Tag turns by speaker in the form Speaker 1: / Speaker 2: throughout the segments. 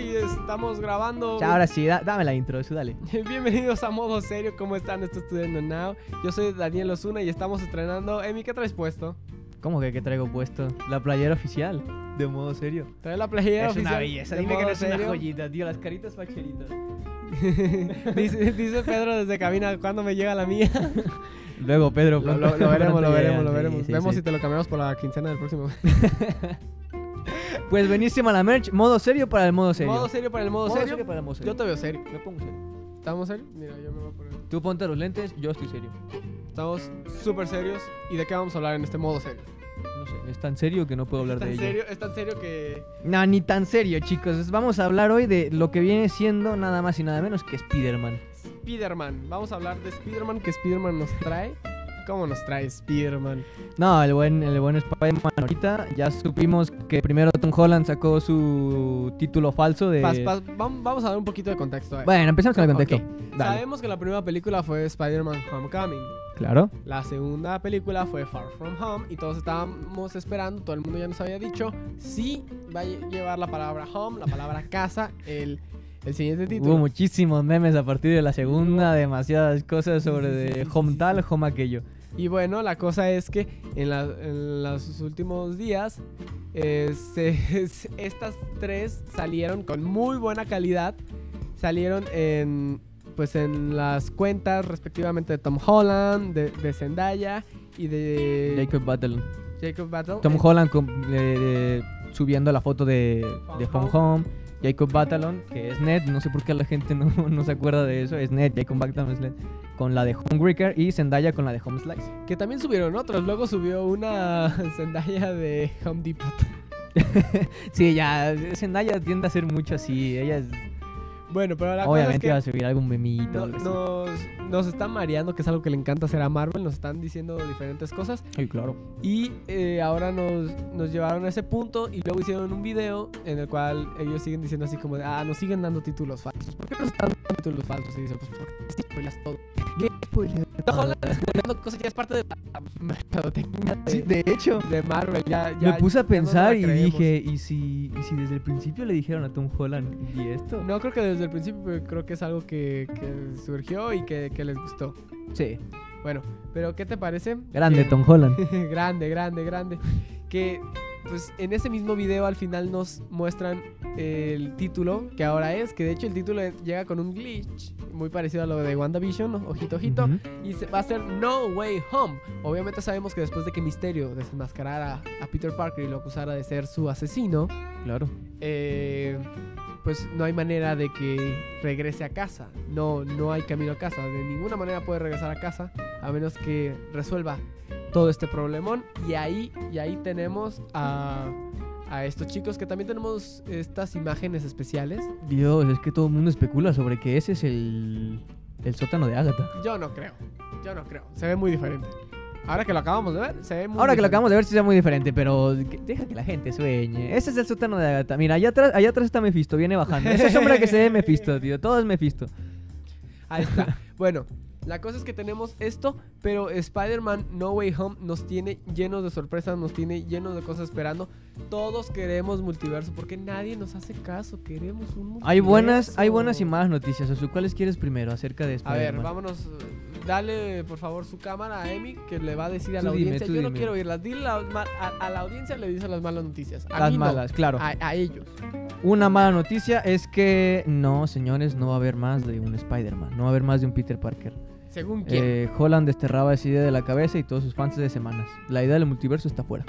Speaker 1: estamos grabando.
Speaker 2: Ya, ahora sí, da- dame la intro, eso, dale.
Speaker 1: Bienvenidos a Modo Serio, ¿cómo están? Esto es Estudiando Now. Yo soy Daniel Osuna y estamos estrenando. Emi, ¿qué traes puesto?
Speaker 2: ¿Cómo que qué traigo puesto? La playera oficial, de modo serio.
Speaker 1: Trae la playera
Speaker 2: es una
Speaker 1: oficial
Speaker 2: belleza,
Speaker 1: de
Speaker 2: dime que
Speaker 1: Modo
Speaker 2: no es una
Speaker 1: Serio.
Speaker 2: joyita, tío, las caritas facheritas.
Speaker 1: dice, dice Pedro desde cabina, ¿cuándo me llega la mía?
Speaker 2: Luego, Pedro,
Speaker 1: Lo, lo-
Speaker 2: pronto-
Speaker 1: lo veremos,
Speaker 2: pronto
Speaker 1: lo veremos,
Speaker 2: llegan,
Speaker 1: lo
Speaker 2: sí,
Speaker 1: veremos.
Speaker 2: sí,
Speaker 1: Vemos
Speaker 2: sí.
Speaker 1: si te lo cambiamos por la quincena del próximo.
Speaker 2: Pues buenísima la merch, modo serio para el modo serio.
Speaker 1: Modo Serio para el Modo,
Speaker 2: Modo
Speaker 1: serio.
Speaker 2: para el modo serio.
Speaker 1: Yo te veo serio.
Speaker 2: Me pongo serio.
Speaker 1: ¿Estamos serios? Mira, yo me voy a poner.
Speaker 2: Tú ponte los lentes, yo estoy serio.
Speaker 1: Estamos súper serios. ¿Y de qué vamos a hablar en este Modo Serio?
Speaker 2: No sé, es tan serio que no puedo hablar
Speaker 1: Es
Speaker 2: de
Speaker 1: tan
Speaker 2: ello.
Speaker 1: serio, es tan serio que...
Speaker 2: No, ni tan serio, chicos. Vamos a hablar hoy de lo que viene siendo nada más y nada menos que Spider-Man.
Speaker 1: Spider-Man. Vamos a hablar de Spider-Man, que Spider-Man nos trae. ¿Cómo nos trae Spider-Man?
Speaker 2: No, el buen, el buen Spider-Man ahorita. Ya supimos que primero Tom Holland sacó su título falso de.
Speaker 1: Pas- pas- vam- vamos a dar un poquito de contexto. eh.
Speaker 2: Bueno, empezamos con el contexto.
Speaker 1: Ok.
Speaker 2: Dale.
Speaker 1: Sabemos que la primera película fue Spider-Man Homecoming.
Speaker 2: Claro.
Speaker 1: La segunda película fue Far From Home y todos estábamos esperando, todo el mundo ya nos había dicho, sí va a lle- llevar la palabra home, la palabra casa, el, el siguiente título.
Speaker 2: Hubo muchísimos memes a partir de la segunda, demasiadas cosas sobre
Speaker 1: Sí, sí,
Speaker 2: de
Speaker 1: sí, sí,
Speaker 2: home
Speaker 1: sí,
Speaker 2: tal,
Speaker 1: sí.
Speaker 2: home aquello.
Speaker 1: Y bueno, la cosa es que en, la- en los últimos días eh, se- es- estas tres salieron con muy buena calidad. Salieron en pues en las cuentas respectivamente de Tom Holland, de, de Zendaya y de
Speaker 2: Jacob Battle.
Speaker 1: Jacob Battle.
Speaker 2: Tom
Speaker 1: Eh,
Speaker 2: Holland con- eh, eh, subiendo la foto de, de
Speaker 1: Home
Speaker 2: Home
Speaker 1: Home.
Speaker 2: Home. Jacob Batalon, que es Ned, no sé por qué la gente no, no se acuerda de eso, es Ned, Jacob Batalon es Ned, con la de Homewrecker y Zendaya con la de Home Slice.
Speaker 1: Que también subieron otros. Luego subió una Zendaya de Home Depot.
Speaker 2: Sí, ya, Zendaya tiende a ser mucho así, ella es-
Speaker 1: Bueno, pero la cosa es
Speaker 2: obviamente
Speaker 1: que
Speaker 2: va a subir algún memito.
Speaker 1: no-
Speaker 2: algo así.
Speaker 1: nos, nos están mareando, que es algo que le encanta hacer a Marvel. Nos están diciendo diferentes cosas.
Speaker 2: Ay, claro.
Speaker 1: Y eh, ahora nos, nos llevaron a ese punto y luego hicieron un video en el cual ellos siguen diciendo así como, de, ah, nos siguen dando títulos falsos. ¿Por qué nos están dando títulos falsos? Y dice, pues porque sí, spoilas todo.
Speaker 2: Pues,
Speaker 1: No, Holland spoileando cosas ya es parte de la mercadotecnia de,
Speaker 2: Sí, de hecho,
Speaker 1: de Marvel. Ya, ya,
Speaker 2: me puse a
Speaker 1: ya no nos la
Speaker 2: pensar y
Speaker 1: creemos.
Speaker 2: dije, ¿y si, ¿y si desde el principio le dijeron a Tom Holland y esto?
Speaker 1: No, creo que desde el principio pero creo que es algo que, que surgió y que, que les gustó.
Speaker 2: Sí,
Speaker 1: Bueno, pero ¿qué te parece? Eh,
Speaker 2: grande
Speaker 1: Que-
Speaker 2: Tom Holland.
Speaker 1: grande, grande, grande. Que pues en ese mismo video al final nos muestran el título que ahora es, que de hecho el título es- llega con un glitch muy parecido a lo de WandaVision, ¿no? ojito, ojito,
Speaker 2: Ujú.
Speaker 1: y se, va a ser No Way Home. Obviamente sabemos que después de que Misterio desenmascarara a Peter Parker y lo acusara de ser su asesino,
Speaker 2: Claro.
Speaker 1: eh, pues no hay manera de que regrese a casa. No, no hay camino a casa. De ninguna manera puede regresar a casa a menos que resuelva todo este problemón. Y ahí, y ahí tenemos a, a estos chicos que también tenemos estas imágenes especiales.
Speaker 2: Dios, es que todo el mundo especula sobre que ese es el, el sótano de Agatha.
Speaker 1: Yo no creo. Yo no creo. Se ve muy diferente. Ahora que lo acabamos de ver, se ve muy
Speaker 2: Ahora que lo
Speaker 1: diferente.
Speaker 2: acabamos de ver, sí sea muy diferente, pero que- deja que la gente sueñe. Ese es el sótano de Agatha. Mira, allá atrás, allá atrás está Mephisto, viene bajando. Esa sombra que se ve Mephisto, tío. Todo es Mephisto.
Speaker 1: Ahí está. Bueno, la cosa es que tenemos esto, pero Spider-Man No Way Home nos tiene llenos de sorpresas, nos tiene llenos de cosas esperando. Todos queremos multiverso porque nadie nos hace caso. Queremos un multiverso.
Speaker 2: Hay buenas, hay buenas y malas noticias. Osu, ¿cuáles quieres primero acerca de
Speaker 1: A ver,
Speaker 2: Spider-Man?
Speaker 1: vámonos. eh, Dale, por favor, su cámara a Emi, que le va a decir a
Speaker 2: Tú
Speaker 1: la
Speaker 2: dime,
Speaker 1: audiencia.
Speaker 2: tú
Speaker 1: Yo no
Speaker 2: dime.
Speaker 1: quiero oírlas. Dile la- ma- a, a la audiencia le dice las malas noticias. A
Speaker 2: Las
Speaker 1: mí no,
Speaker 2: malas, claro.
Speaker 1: A, a ellos.
Speaker 2: Una mala noticia es que no, señores, no va a haber más de un Spider-Man. No va a haber más de un Peter Parker.
Speaker 1: Según quién.
Speaker 2: Eh, Holland desterraba esa idea de la cabeza y todos sus fans de semanas. La idea del multiverso está fuera.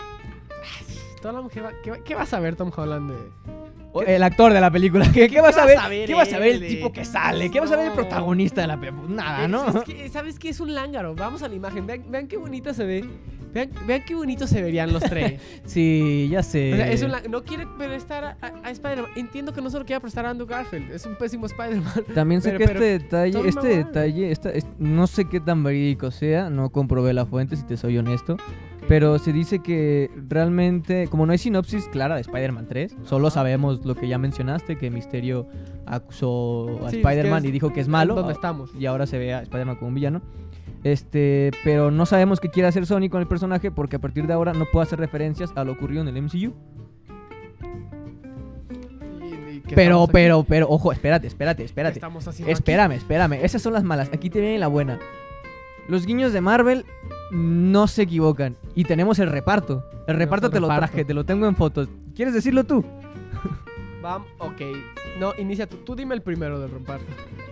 Speaker 1: Toda la mujer va- ¿qué, va- qué vas a ver, Tom Holland? de-
Speaker 2: O- El actor de la película. ¿Qué, qué vas, a ver? ¿Qué vas a ver
Speaker 1: él
Speaker 2: el
Speaker 1: de-
Speaker 2: tipo que sale? ¿Qué vas a ver el
Speaker 1: No.
Speaker 2: protagonista de la película? Nada,
Speaker 1: Es-
Speaker 2: Ah, ¿no?
Speaker 1: es que, ¿Sabes qué? Es un lángaro. Vamos a la imagen. Vean, vean qué bonita se ve. Vean, vean qué bonito se verían los tres.
Speaker 2: Sí, ya sé.
Speaker 1: O sea, es un lá- no quiere prestar a, a- a Spider-Man. Entiendo que no se lo quiera prestar a Andrew Garfield. Es un pésimo Spider-Man.
Speaker 2: También sé
Speaker 1: Pero-
Speaker 2: que
Speaker 1: pero-
Speaker 2: este detalle,
Speaker 1: toma,
Speaker 2: este
Speaker 1: va.
Speaker 2: detalle, esta- es- no sé qué tan verídico sea, no comprobé la fuente, si te soy honesto, pero se dice que realmente, como no hay sinopsis clara de Spider-Man 3, solo
Speaker 1: Ajá.
Speaker 2: sabemos lo que ya mencionaste, que Misterio acusó
Speaker 1: Sí,
Speaker 2: a
Speaker 1: es que
Speaker 2: Spider-Man
Speaker 1: es-
Speaker 2: y dijo que es malo.
Speaker 1: ¿Dónde
Speaker 2: ah,
Speaker 1: estamos?
Speaker 2: y ahora se ve a Spider-Man como un villano. Este, pero no sabemos qué quiere hacer Sony con el personaje porque a partir de ahora no puede hacer referencias a lo ocurrido en el MCU.
Speaker 1: ¿Y, y que
Speaker 2: Pero,
Speaker 1: estamos aquí,
Speaker 2: pero, pero, ojo, espérate, espérate,
Speaker 1: que
Speaker 2: espérate.
Speaker 1: estamos haciendo
Speaker 2: Espérame, espérame. Esas son las malas. Aquí te viene la buena. Los guiños de Marvel no se equivocan. Y tenemos el reparto. El reparto
Speaker 1: el
Speaker 2: te lo
Speaker 1: reparto.
Speaker 2: traje, te lo tengo en fotos. ¿Quieres decirlo tú?
Speaker 1: aquí? Vam- ok. No, inicia tú. Tú dime el primero del reparto.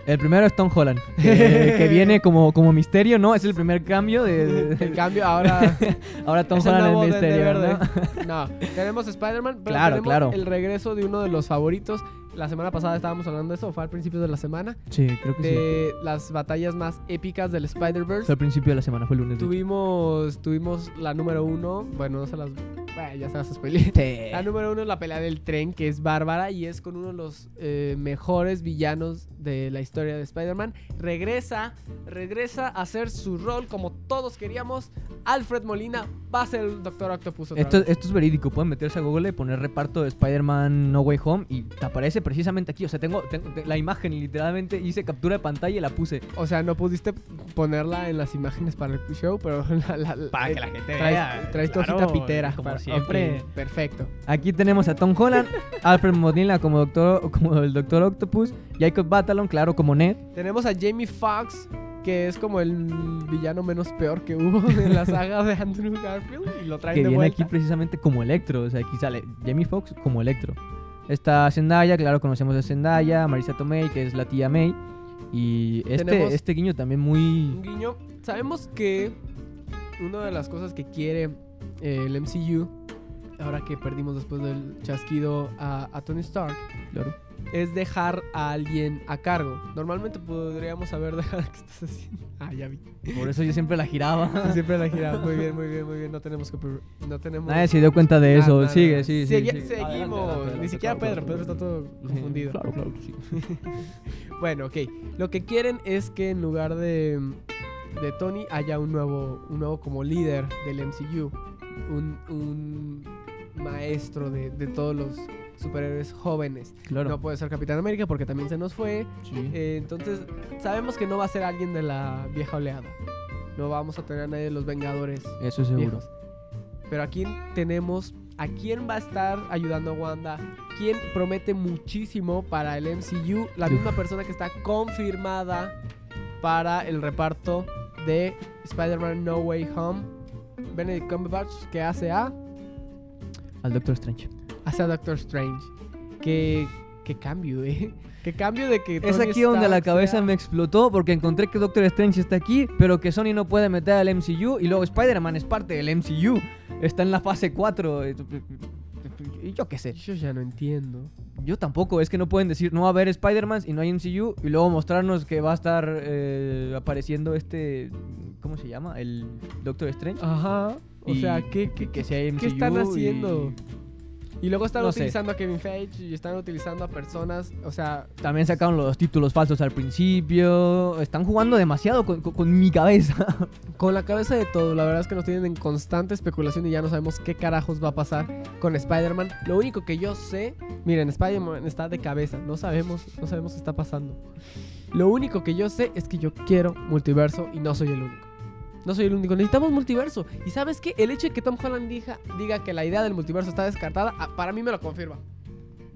Speaker 2: El primero es Tom Holland. eh, que viene como, como misterio, ¿no? Es el primer cambio de. de-
Speaker 1: En
Speaker 2: de-
Speaker 1: cambio, ahora.
Speaker 2: ahora Tom
Speaker 1: es el
Speaker 2: Holland es
Speaker 1: nuevo Duende
Speaker 2: misterio.
Speaker 1: Verde.
Speaker 2: ¿no?
Speaker 1: No, tenemos Spider-Man, pero
Speaker 2: Claro,
Speaker 1: tenemos
Speaker 2: claro.
Speaker 1: el regreso de uno de los favoritos. La semana pasada estábamos hablando de eso, fue al principio de la semana,
Speaker 2: Sí, creo que sí.
Speaker 1: de las batallas más épicas del
Speaker 2: Fue
Speaker 1: Spider-Verse.
Speaker 2: al principio de la semana, fue el lunes. de hecho.
Speaker 1: Tuvimos, tuvimos la número uno, bueno, no se las... bueno, ya se las spoileé. La número uno es la pelea del tren, que es bárbara y es con uno de los eh, mejores villanos de la historia de Spider-Man. Regresa, regresa a hacer su rol como todos queríamos. Alfred Molina va a ser el Doctor Octopus otra
Speaker 2: Esto,
Speaker 1: vez.
Speaker 2: esto es verídico, pueden meterse a Google y poner reparto de Spider-Man No Way Home y te aparece precisamente aquí. O sea, tengo, tengo- te- la imagen, literalmente hice captura de pantalla y la puse.
Speaker 1: O sea, no pudiste ponerla en las imágenes para el show, pero la, la- la- eh,
Speaker 3: Para que la gente
Speaker 1: traes,
Speaker 3: vea.
Speaker 1: traes tu
Speaker 3: claro,
Speaker 1: hojita pitera.
Speaker 3: Como
Speaker 1: para-
Speaker 3: siempre.
Speaker 1: ok, perfecto.
Speaker 2: Aquí tenemos a Tom Holland, Alfred Molina como, doctor, como el Doctor Octopus, Jacob Batalon, claro, como Ned.
Speaker 1: Tenemos a Jamie Foxx, que es como el villano menos peor que hubo en la saga de Andrew Garfield, y lo traen
Speaker 2: que
Speaker 1: de
Speaker 2: viene
Speaker 1: vuelta.
Speaker 2: aquí precisamente como Electro. O sea, aquí sale Jamie Foxx como Electro. Está Zendaya, claro, conocemos a Zendaya, Marisa Tomei, que es la tía May. Y
Speaker 1: Tenemos-
Speaker 2: este, este guiño también
Speaker 1: Un
Speaker 2: muy...
Speaker 1: guiño. Sabemos que una de las cosas que quiere eh, el MCU, ahora que perdimos después del chasquido a- a Tony Stark,
Speaker 2: Claro.
Speaker 1: es dejar a alguien a cargo. Normalmente podríamos haber dejado que estás haciendo. Ah, ya vi.
Speaker 2: Por eso yo siempre la giraba.
Speaker 1: Siempre la gira. Muy bien, muy bien, muy bien. No tenemos que. per- No tenemos.
Speaker 2: Nadie se dio cuenta de
Speaker 1: Ah,
Speaker 2: eso.
Speaker 1: no, no,
Speaker 2: sigue,
Speaker 1: no.
Speaker 2: sí, sí,
Speaker 1: Sigue-
Speaker 2: sí.
Speaker 1: Seguimos.
Speaker 2: Adelante, adelante, adelante,
Speaker 1: Ni siquiera
Speaker 2: claro,
Speaker 1: Pedro.
Speaker 2: claro,
Speaker 1: Pedro está todo
Speaker 2: claro.
Speaker 1: confundido.
Speaker 2: Claro, claro, sí.
Speaker 1: Bueno, ok. Lo que quieren es que en lugar de, de Tony haya un nuevo, un nuevo como líder del MCU. Un, un maestro de, de todos los superhéroes jóvenes.
Speaker 2: Claro.
Speaker 1: No puede ser Capitán América porque también se nos fue.
Speaker 2: sí.
Speaker 1: Eh, entonces, sabemos que no va a ser alguien de la vieja oleada. No vamos a tener a nadie de los Vengadores
Speaker 2: Eso seguro.
Speaker 1: viejos. Pero aquí tenemos a quién va a estar ayudando a Wanda, quién promete muchísimo para el MCU, la
Speaker 2: Uf.
Speaker 1: misma persona que está confirmada para el reparto de Spider-Man No Way Home, Benedict Cumberbatch, que hace a,
Speaker 2: Al Doctor Strange.
Speaker 1: hace a Doctor Strange. Qué, qué cambio, ¿eh? Qué cambio de que...
Speaker 2: Es
Speaker 1: Tony
Speaker 2: aquí donde la
Speaker 1: Stark
Speaker 2: cabeza
Speaker 1: sea-
Speaker 2: me explotó porque encontré que Doctor Strange está aquí, pero que Sony no puede meter al MCU y luego Spider-Man es parte del MCU. Está en la fase 4. eh, y Yo qué sé.
Speaker 1: Yo ya no entiendo.
Speaker 2: Yo tampoco. Es que no pueden decir no va a haber Spider-Man y no hay MCU y luego mostrarnos que va a estar eh, apareciendo este... ¿Cómo se llama? El Doctor Strange.
Speaker 1: Ajá. O
Speaker 2: Y
Speaker 1: sea, ¿qué, qué,
Speaker 2: que sea MCU
Speaker 1: qué están
Speaker 2: y-
Speaker 1: haciendo? Y luego están
Speaker 2: No sé.
Speaker 1: utilizando a Kevin Feige y están utilizando a personas, o sea,
Speaker 2: También sacaron los títulos falsos al principio. Están jugando demasiado con, con- con mi cabeza.
Speaker 1: con la cabeza de todo. La verdad es que nos tienen en constante especulación y ya no sabemos qué carajos va a pasar con Spider-Man. Lo único que yo sé, miren, Spider-Man está de cabeza, no sabemos, no sabemos qué está pasando. Lo único que yo sé es que yo quiero multiverso y no soy el único. No soy el único, necesitamos multiverso. Y sabes qué, el hecho de que Tom Holland diga, diga que la idea del multiverso está descartada, a- para mí me lo confirma.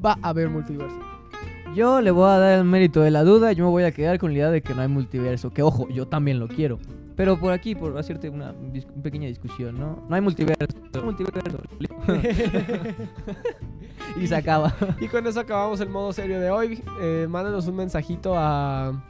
Speaker 1: Va a haber multiverso.
Speaker 2: Yo le voy a dar el mérito de la duda. Yo me voy a quedar con la idea de que no hay multiverso. Que ojo, yo también lo quiero. Pero por aquí, por hacerte una, dis- una pequeña discusión, ¿no? No hay multiverso. No hay multiverso. y se acaba.
Speaker 1: Y con eso acabamos el modo serio de hoy. Eh, mándanos un mensajito a,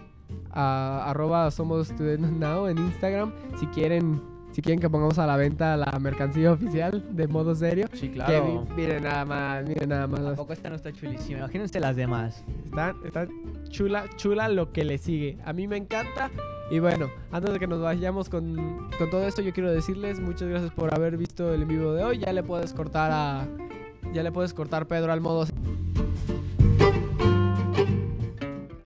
Speaker 1: a arroba somos student now en Instagram si quieren, si quieren que pongamos a la venta la mercancía oficial de modo serio.
Speaker 2: Sí,
Speaker 1: Que mi- miren nada más, miren nada más.
Speaker 2: Tampoco esta no está chulísima. Imagínense las demás.
Speaker 1: Está, está chula, chula lo que le sigue. A mí me encanta. Y bueno, antes de que nos vayamos con, con todo esto, yo quiero decirles muchas gracias por haber visto el en vivo de hoy. Ya le puedes cortar a. Ya le puedes cortar Pedro al modo